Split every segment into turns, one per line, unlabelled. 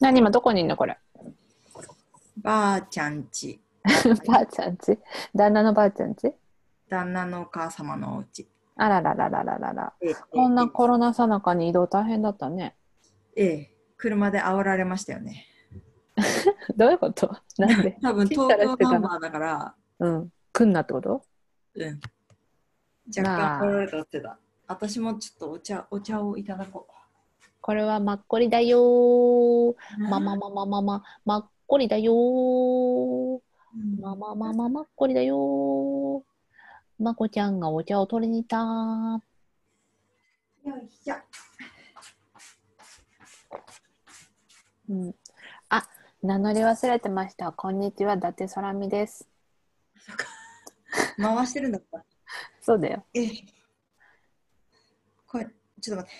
何今どこにいんのこれ。
ばあちゃんち、
ばあちゃんち旦那のばあちゃんち
旦那のお母様のお家。
あららららららら。こんなコロナさなかに移動大変だったね。
ええ、車で煽られましたよね。
どういうことなんで
多分
切っ
東
たら
京
捨てた
ナ
の
ンバーだから、
うん。来んなってこと
うん。若干煽られたってた。私もちょっとお茶お茶をいただこ
これはマッコリだよー。
う。
まままままま、マッコリだよー。
うん
ままままマッコリだよー。まこちゃんがお茶を取りに行ったー。
よいしょ。
うん、あ、名乗り忘れてました。こんにちは、伊達空美です。
回してるんだった。
そうだよ。
ええ。これ、ちょっと待って。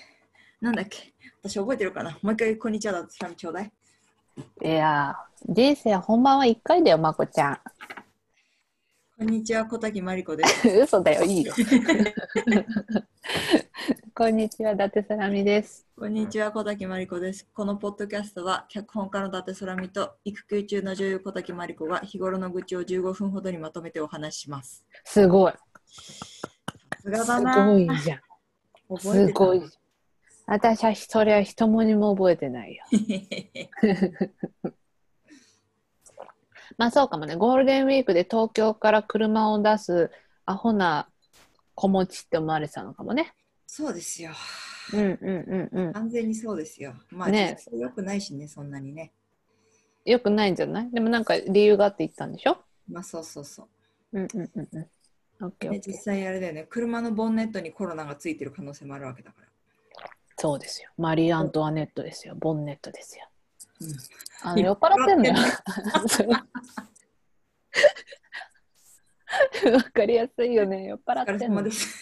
なんだっけ私覚えてるかなもう一回、こんにちはだと、さみちょうだい。
いやー、人生本番は一回だよ、まこちゃん。
こんにちは、小滝まりこです。
嘘だよ、い いよ。こんにちは、伊達空美です。
こんにちは、小滝まりこです。このポッドキャストは、脚本家の伊達空美と育休中の女優小滝まりこが日頃の愚痴を15分ほどにまとめてお話しします。
すごい。
さすがだ
す
な。
ごいじゃん。
覚え
す
てた
ごい。私はそれは一文字も覚えてないよ。まあそうかもね、ゴールデンウィークで東京から車を出すアホな子持ちって思われてたのかもね。
そうですよ。
うんうんうんうん。
完全にそうですよ。まあ、
ね
ね、実際良くないしね、そんなにね。
よくないんじゃないでもなんか理由があって言ったんでしょ
まあ、そうそうそう。
うんうんうんうん。オッケーオ
で
ッケ
実
ー。
際あれだよね、車のボンネットにコロナがついてる可能性もあるわけだから。
そうですよ。マリー・アントワネットですよ。ボンネットですよ。
うん
あの酔っ払ってんのよ。わかりやすいよね。酔っ
お疲
払っ
れ
てん
様
の
で。す。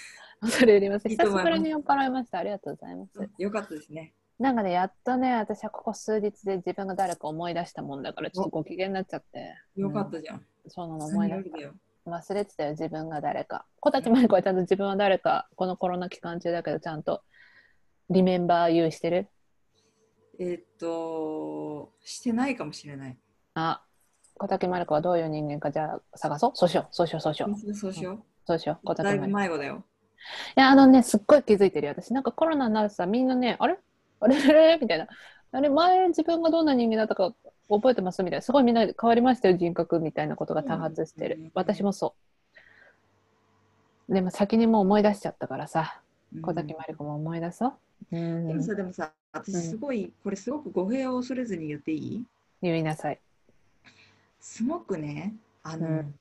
それよりも
いいと
久
思います
しぶりに酔っ払いました。ありがとうございます。
よかったですね。
なんかね、やっとね、私はここ数日で自分が誰か思い出したもんだから、ちょっとご機嫌になっちゃって。
よかったじゃん。
そうなの
普
思
通
い出
に夜
した
だ。よ
忘れてたよ自分が誰か小滝真理子はちゃんと自分は誰かこのコロナ期間中だけどちゃんとリメンバー u してる
えーっと、してないかもしれない。
あ小滝真理子はどういう人間かじゃあ探そうそうしようそうしようそうしよう
そうしよ
そうしよう小
う。
滝
だ
真
い
理
ぶ
子い
迷子だよ。
やあのねすっごい気づいてるよ私なんかコロナになるとさみんなねあれあれれれみたいなあれ前自分がどんな人間だったか覚えてますみたいなすごいみんな変わりましたよ人格みたいなことが多発してる、
うん
私もそうでも先にもう思い出しちゃったからさ
うん
小崎まりこも思い出そう。うん
でもさ、でもさ、私すごい、これすごく語弊を恐れずに言っていい
言いなさい。
すごくね、
う
あの、
ん。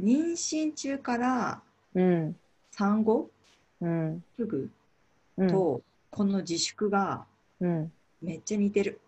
妊娠中から
うん。
産後
うん。
すぐ
うん。
と、この自粛が
うん。
めっちゃ似てる。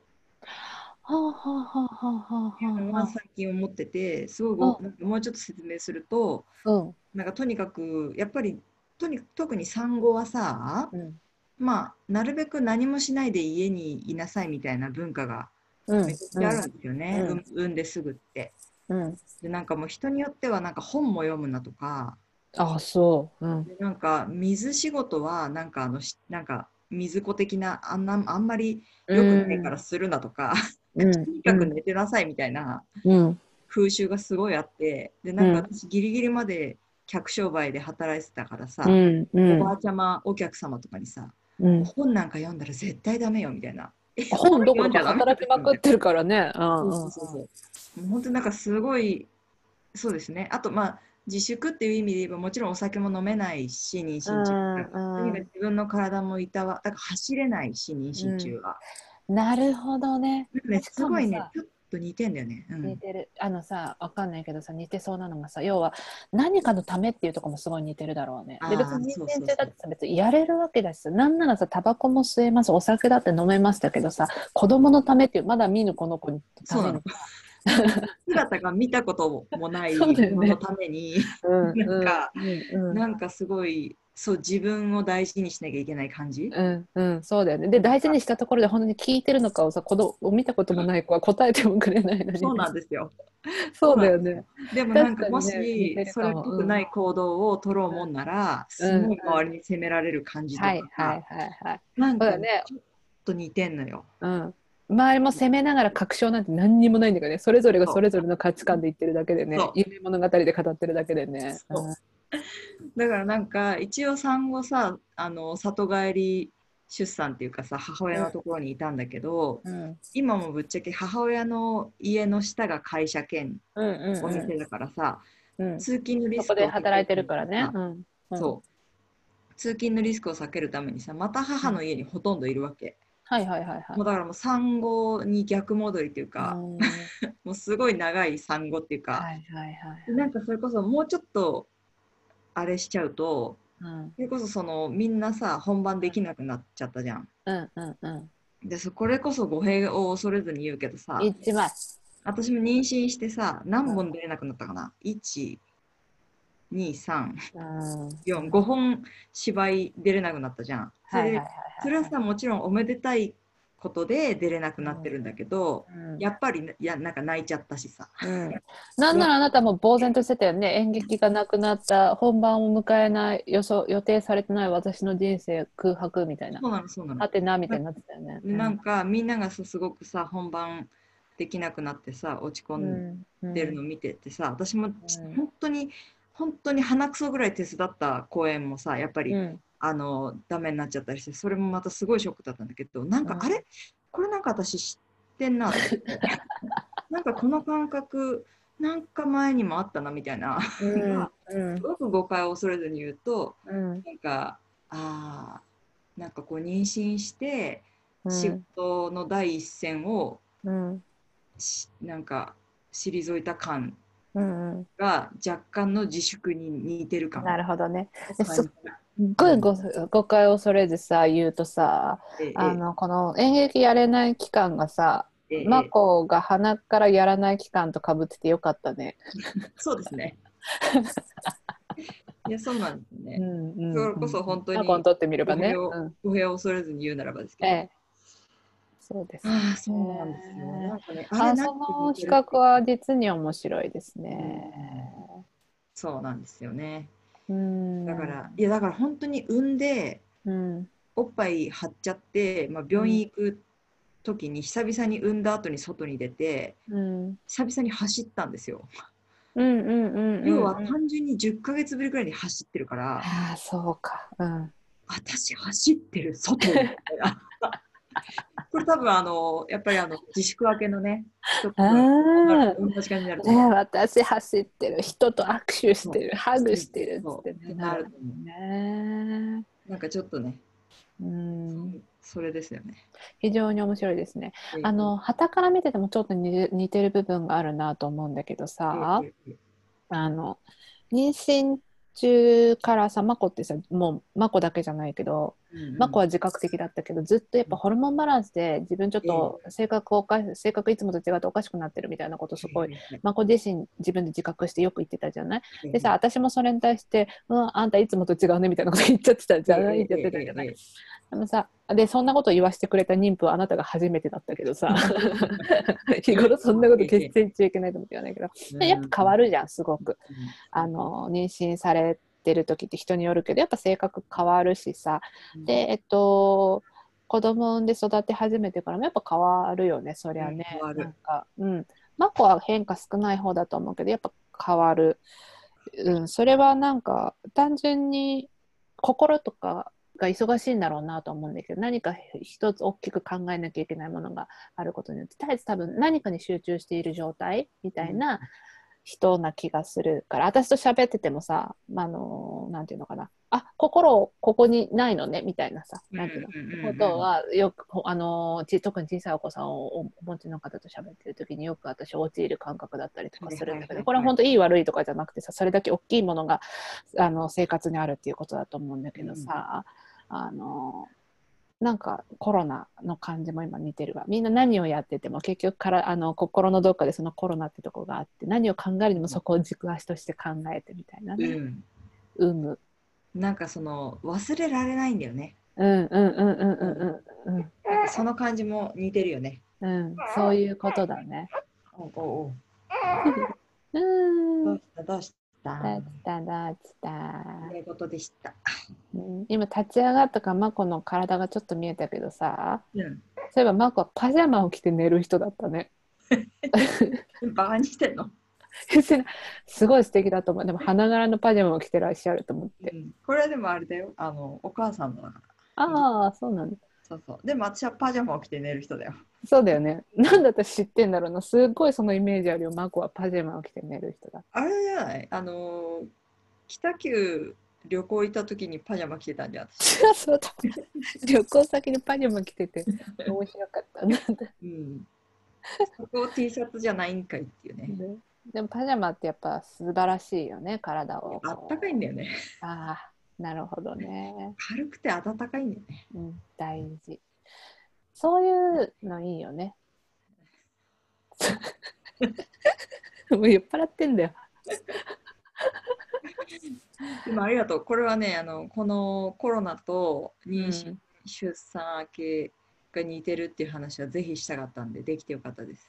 はあはあはあはあは
の
あ
は
は
最近思っててすごいご
う
もうちょっと説明すると
あ。うん。
なんかとにかくやっぱりとに特に産後はさ
うん。
まあなるべく何もしないで家にいなさいみたいな文化が
うん。
めちゃくちゃあるんですよね、
うん
うん産んですぐって。
うん。
でなんかもう人によってはなんか本も読むなとか
あ、そう。うん。
でなんか水仕事はなんかあのしなんか水子的なあんなあんまり良くないからするなと
う
か、
ん。
とにかく寝てなさいみたいな。
うん。
風習がすごいあってでなんか
う
私ギリギリまで客商売で働いてたからさ、
うん。う
おば
ん。
あちゃまお客様とかにさ
うん。
本なんか読んだら絶対ダメよみたいな
本どころか働きまくってるからね。うん。
そう
う
そ
ん
うそうそうもう本当になんかすごいそうですねあとまあ自粛っていう意味で言えばもちろんお酒も飲めないし妊娠中は
うんうん
とにかく自分の体もいたわだから走れないし妊娠中は、
なるほどね。
ねすごい
しかも
ね
さ
ちょっと似てんだよね、う
似
ん、
てる。あのさ、わかんないけどさ、似てそうなのがさ、要は何かのためっていうところもすごい似てるだろうね。で、
あー
別に人
そうそ
間
う
中だってさ、別にやれるわけだしさ、なんならさ、タバコも吸えます、お酒だって飲めましたけどさ、子供のためっていう、まだ見ぬこの子のた
そう
め
な
に
の。姿が見たこともない
そうだよね
もののために
うん
なんか
うんうん
なんかすごいそう自分を大事にしなきゃいけない感じ、
うんうん、そうだよね。で、大事にしたところで、本当に聞いてるのかをさ、子供を見たこともない子は答えてもくれないのに。
そうなんですよ
そうだよね。
でもなんか
確か
も
にね似
して
る
そ
かも
れっぽくない行動を取ろうもんなら、すごい周りに責められる感じとか、
はいはいはいはい。
なん
そうだ
か
よね。
ちょっと似てんのよ、
うん。周りも攻めながら確証なんて何にもないんだけどねそれぞれがそれぞれの価値観で言ってるだけでね
そう
夢物語で語ってるだけでね
そうだからなんか一応産後さあの里帰り出産っていうかさ母親のところにいたんだけど、
うん
今もぶっちゃけ母親の家の下が会社兼
うんうん
お店だからさ、
うんうん
通勤のリ
そ
スク
こ
を避け
で働いてるからね
さ、
うんうん
そう通勤のリスクを避けるためにさまた母の家にほとんどいるわけ、
はいはいはいはい
もうだからもう産後に逆戻りっていうか、
うん
もうすごい長い産後っていうか、
はいはいはい
でなんかそれこそもうちょっとあれしちゃうと
うん
それこそそのみんなさ本番できなくなっちゃったじゃん。
うんうんうん
でそこれこそ語弊を恐れずに言うけどさ
一枚
私も妊娠してさ何本出れなくなったかな、?1234
うん
5本芝居出れなくなったじゃん。それ,、
はいはいはいはい
それはさもちろんおめでたいことで出れなくなってるんだけど、
うん
やっぱりないやなんか泣いちゃったしさ
うんなんならあなたも呆然としてたよね演劇がなくなった本番を迎えない予想予定されてない私の人生空白みたいな
そうなのそうなの
は。てなみたいになってたよね。
でなんかみんながさすごくさ本番できなくなってさ落ち込んでるの見ててさ、私もち
うん
本当に本当に鼻くそぐらい手伝った公演もさやっぱり、
うん
あのダメになっちゃったりしてそれもまたすごいショックだったんだけどなんか、
うん
あれこれなんか私知ってんなと 思ってなんかこの感覚なんか前にもあったなみたいな
うんうん
すごく誤解を恐れずに言うと
うん
なんかあーなんかこう妊娠して
うん
仕事の第一線を
うん
しなんか退いた感
うんうん
が若干の自粛に似てる感
なるほどね。そ
を感じた
すっごいご誤解を恐れずさ言うとさ
ええ
あのこの演劇やれない期間がさ
ええ
マコが鼻からやらない期間とかぶっててよかったね。
そうで すね。いやそうなんです
う
ね。
んうん
それこそ本当に
マコにとってみればね。
ごめん
うん
語弊を恐れずに言うならばですけど。
ええ、そうですね。
ああそうなんですよ。なんかね
あ
れなん
そ
か
の
似て
比
る
較は実に面白いですね。
そうなんですよね。
うん、
だからいやだから本当に産んで
うん、
おっぱい張っちゃって、まあ、病院行く時に久々に産んだ後に外に出て
うん、
久々に走ったんですよ。
うん、うん、うん、うん
要は単純に10ヶ月ぶりくらいに走ってるから、
ああ、そうか。うん、
私走ってる外みたいな これ多分あのやっぱりあの自粛明けのね人とか
ああ。
同じ感じになると
ね、
思う
私走ってる人と握手してるハグしてるっつ
そ
っ
う
てね
なると思
ね、
うなんかちょっとね、
うん、
それですよね。
非常に面白いですね。あの旗から見ててもちょっと似て似てる部分があるなと思うんだけど
ええ
さ、
ええええ
あの妊娠中からさマコってさもうマコだけじゃないけど
うんうん
マコは自覚的だったけどずっとやっぱホルモンバランスで自分ちょっと性格をおかし性格いつもと違っておかしくなってるみたいなことすごい。
ええ
マコ自身自分で自覚してよく言ってたじゃない
ええ
でさ私もそれに対して「うんあんたいつもと違うね」みたいなこと言っちゃってたじゃない
ええ
言っちゃってたじゃな
ええ
い
え
でもさでそんなこと言わせてくれた妊婦はあなたが初めてだったけどさ 日頃そんなこと決して言っちゃいけないと思って言わないけど
え
でやっぱ変わるじゃんすごく。
うん
あの妊娠されてる時って人によるけどやっぱ性格変わるしさ
うん
でえっと子供産んで育て始めてからもやっぱ変わるよねそりゃね
うん変わる
なんかうんマコは変化少ない方だと思うけどやっぱ変わる、うん、それはなんか単純に心とかが忙しいんだろうなと思うんだけど何か一つ大きく考えなきゃいけないものがあることによって絶えず多分何かに集中している状態みたいな人な気がするから私と喋っててもさ、まああのなんていうのかなあ心ここにないのねみたいなさなんていうの
うんうんうんうん
ことはよくほあのち特に小さいお子さんをおお持ちの方と喋ってる時によく私陥る感覚だったりとかするんだ
はいは
け
いはいは
ど
い
これは本当いい悪いとかじゃなくてさそれだけ大きいものがあの生活にあるっていうことだと思うんだけどさ、あのなんかコロナの感じも今似てるわみんな何をやってても結局からあの心のどっかでそのコロナってとこがあって何を考えるにもそこを軸足として考えてみたいな
う
ね、
ん
有無
なんかその忘れられないんだよね。
うんうんうんうんうんうん
なんかその感じも似てるよね。
うん、うん、そういうことだね。
おうお
う
うおうど
ー。
うんしたどうした
だっただっ
と
た。
いうことでした。
うん今立ち上がったからマコの体がちょっと見えたけどさ、
うん
そういえばマークはパジャマを着て寝る人だったね。
バカにしてんの、
してないすごい素敵だと思う。でも花柄のパジャマを着てらっしゃると思って。
これはでもあれだよあのお母さんのだから
ああ、そうなんだ。
そうそうでも私はパジャマを着て寝る人だよ
そうだよね。なんだったら知ってんだろうな。すっごいそのイメージあるよ。マークはパジャマを着て寝る人だ。
あれじゃないあのー北九旅行行った時にパジャマ着てたんじゃん私、
その 旅行先にパジャマ着てて面白かったな。
うん、そこを T シャツじゃないんかいっていうね
でもパジャマってやっぱ素晴らしいよね。体をこう。
あったかいんだよね
ああ、なるほどね。
軽くて暖かいんだよね
うん、大事。そういうのいいよね。 もう酔っ払ってんだよ。
でもありがとうこれはねあのこのコロナと妊娠、出産明けが似てるっていう話はぜひしたかったんでできてよかったです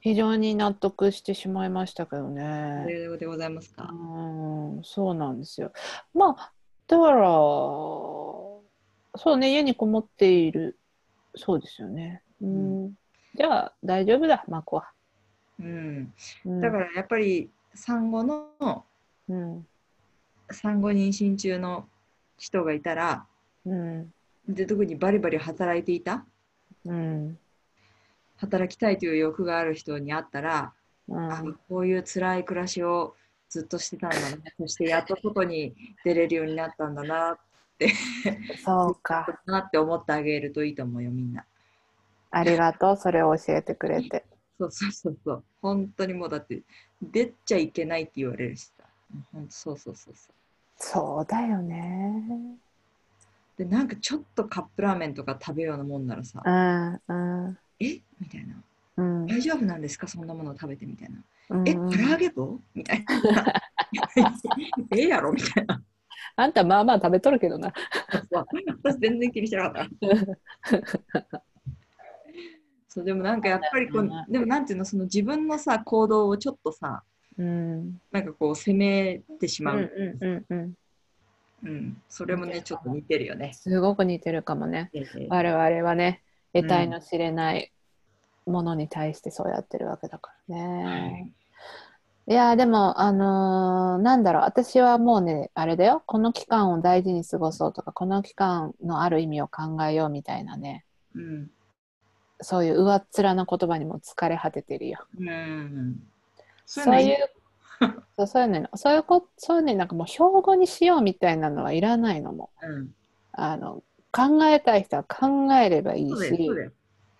非常に納得してしまいましたけどね。
それでございますか、
うん、そうなんですよ。まあ、だから、そうね、家にこもっている、そうですよね。うん。じゃあ、大丈夫だ、マコは。
うん、
うん、
だからやっぱり産後の
ら、うん。
産後妊娠中の人がいたら
うん。
で特にバリバリ働いていた
うん。
働きたいという欲がある人に会ったら、
うん
あこういう辛い暮らしをずっとしてたんだ なそしてやっと外に出れるようになったんだな
そうか。
なって思ってあげるといいと思うよみんな
ありがとう、それを教えてくれて。
そうそうそうそう本当にもうだって出ちゃいけないって言われるしさ本当そうそうそうそう
そうだよね。
でなんかちょっとカップラーメンとか食べようなもんならさ
うん、うん、
えみたいな
うん。
大丈夫なんですかそんなものを食べてみたいな
うん
え、唐揚げ棒みたいな。 ええやろみたいな。
あんた、まあまあ食べとるけどな。
私全然気にしてなかった。 そうでもなんかやっぱりこ
そう
う
だよね
でもなんていうのその自分のさ行動をちょっとさ
うん。
なんかこう責めてし
うん、
まう、
うん、うん。
うんそれもねちょっと似てるよね。
すごく似てるかもね。
ええ
我々はね、
ん
得体の知れないものに対してそうやってるわけだから
はい
ね。いやーでも、あのーなんだろう、私はもうね、あれだよ、この期間を大事に過ごそうとか、この期間のある意味を考えようみたいなね、
うん
そういう上っ面な言葉にも疲れ果ててるよ。
うんそ
そういうう、 そうそういうのに、そういうこ、そういうね、なんかもう標語にしようみたいなのはいらないのも。
のうん
あの、考えたい人は考えればいい
そうだよ
し
そう、だよ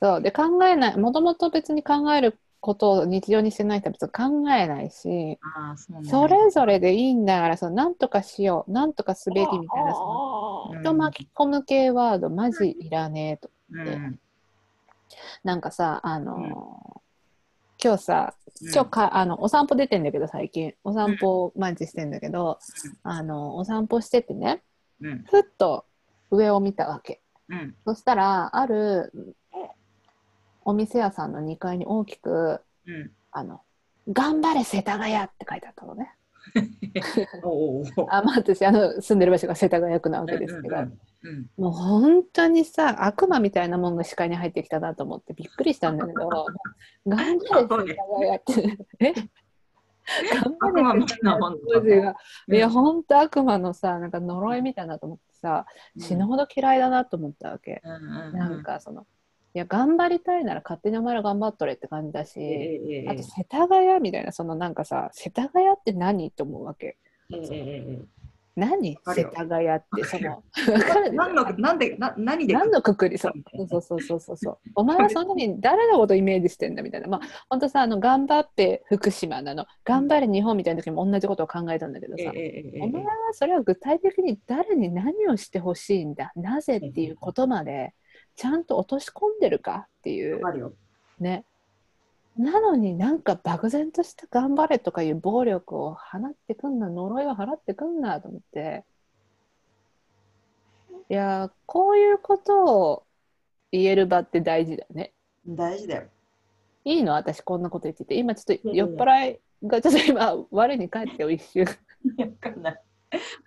そうで考えない、もともと別に考えることを日常にしてない人は別に考えないし、
ああそうなんだ
それぞれでいいんだから、そのなんとかしよう、なんとかすべきみたいな、その
そ
人巻き込む系ワード、マジいらねえと。
うん
なんかさ、あのー
うん
今日さ、
うん
今日か、あのお散歩出てんだけど最近お散歩毎日してんだけど、あのお散歩しててね
うん
ふっと上を見たわけ
うん
そしたらあるお店屋さんの2階に大きく
うん
「あの頑張れ世田谷」って書いてあったのね
おうおうおう
あ、まあ、私あの住んでる場所が世田谷区なわけですけど、
うんうん
もう本当にさ悪魔みたいなもんが視界に入ってきたなと思ってびっくりしたんだけど頑張れ世田谷 ってえ頑
悪
張
魔
れ
み
世
たい
田
な
谷
もん
って
だ
文字が
うん
いや本当悪魔のさなんか呪いみたいなと思ってさ
うん
死ぬほど嫌いだなと思ったわけ、
うんうんうん
なんかそのいや頑張りたいなら勝手にお前ら頑張っとれって感じだし、
ええええ
あと世田谷みたいなそのなんかさ世田谷って何と思うわけ
ええええ
何
かる
世
よ
田谷ってその
ええ何のなんでな何で
何のくくりそう
みたいな
そうそうそうそうそうお前はそんなに誰のことイメージしてんだみたいなまあ本当さあの頑張って福島なの頑張れ日本みたいな時も同じことを考えたんだけど
ええ
さ、
ええ
お前はそれは具体的に誰に何をしてほしいんだなぜっていうことまでちゃんと落とし込んでるかっていう
わかるよ
ねなのになんか漠然とした頑張れとかいう暴力を放ってくんな呪いを払ってくんなと思っていやーこういうことを言える場って大事だね
大事だ よ
いいの私こんなこと言ってて今ちょっと
いや
酔っ
いや
払いがちょっと今我に返ってよ一瞬
わかんない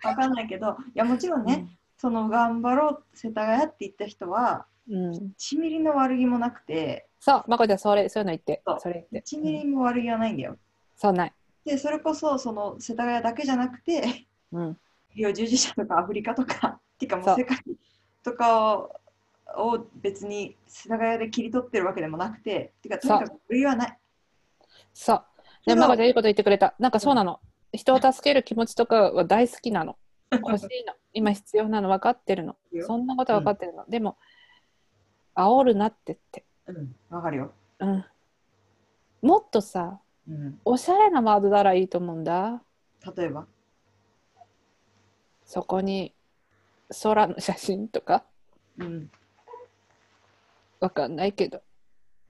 わかんないけどいやもちろんね、その頑張ろう世田谷って言った人は
うん。
1ミリの悪気もなくて
そう、まこちゃん、それ、そういうの言って
そ。う
それ言って。
1ミリも悪気はないんだよ。
そうない。
でそれこそその世田谷だけじゃなくて
うん。
医療従事者とかアフリカとか っていうかも
そう
う世界とかをを別に世田谷で切り取ってるわけでもなくてっていうかと
そう
にかく悪気はない。
そう。で、
けど
まこちゃん、いいこと言ってくれた。なんかそうなの。人を助ける気持ちとかは大好き なの。欲しいの。今必要なの分かってるの。そんなことは分かってるの。でも、煽るなってって。
うん、わかるよ。
うん。もっとさ、
うん、
おしゃれなワードならいいと思うんだ。
例えば
そこに空の写真とか
うん、
わかんないけど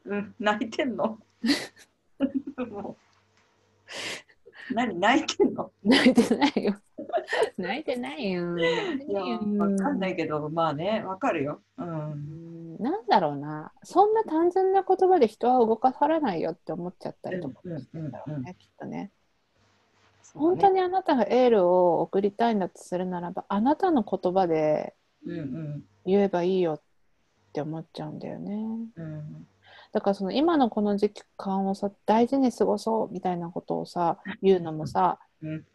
うん、泣いてんの もう何泣いてんの
泣いてない よ泣いてないよ
いやわかんないけどまあねわかるよ。う、
うんんなんだろうなそんな単純な言葉で人は動かされないよって思っちゃったりとか
うんうんうんうん
だろうねきっとね
そう
本
ね
当にあなたがエールを送りたいんだとするならばあなたの言葉で
うん
言えばいいよって思っちゃうんだよね
うんうん
だからその今のこの時期間をさ大事に過ごそうみたいなことをさ言うのもさ
うん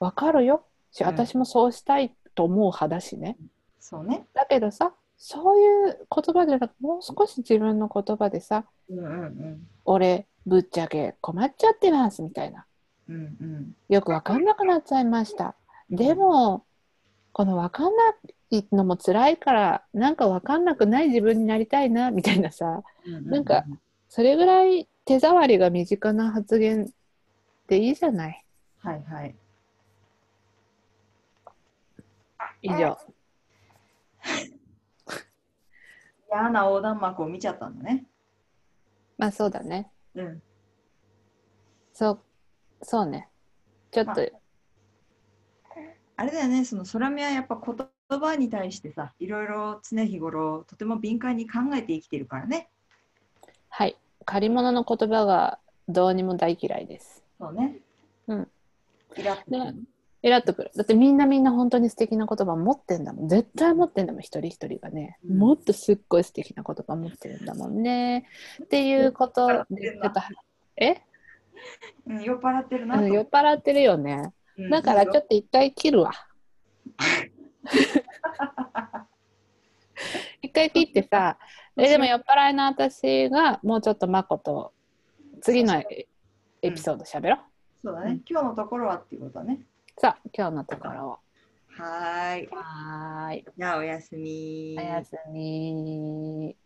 わ、かるよし
うん
私もそうしたいと思う派だしね、
そうね。
だけどさそういう言葉じゃなくもう少し自分の言葉でさ
うんうんうん
「俺ぶっちゃけ困っちゃってます」みたいな
うんうん
よくわかんなくなっちゃいましたでもこのわかんないのも辛いからなんかわかんなくない自分になりたいなみたいなさ
うう
なんかそれぐらい手触りが身近な発言でいいじゃない。
はいはい。
以上。
嫌な横断幕を見ちゃったんだね。
まあそうだね。
うん。
そう、そうね。ちょっと、
まあれだよね、その空見はやっぱ言葉に対してさ、いろいろ常日頃、とても敏感に考えて生きてるからね。
はい。借り物の言葉がどうにも大嫌いです。
そうね。
うん。
イラッとくる
ねイラっとくる。だってみんなみんな本当に素敵な言葉持ってんだもん。絶対持ってんだもん、一人一人がね。
うん
もっとすっごい素敵な言葉持ってるんだもんね。っていうことで、ちょっと、え
うん、酔っ払ってるな
う
と。
ん酔っ払ってるよね。
うん
だからちょっと一回切 るわ。一回切ってさ、えでも酔っ払いの私がもうちょっとまこと次のエエピソード喋ろう。
そうだね。今日のところはっていうことだね。
さあ、今日のところ
はーい
を。。はーい。
じゃあおやすみ
おやすみ。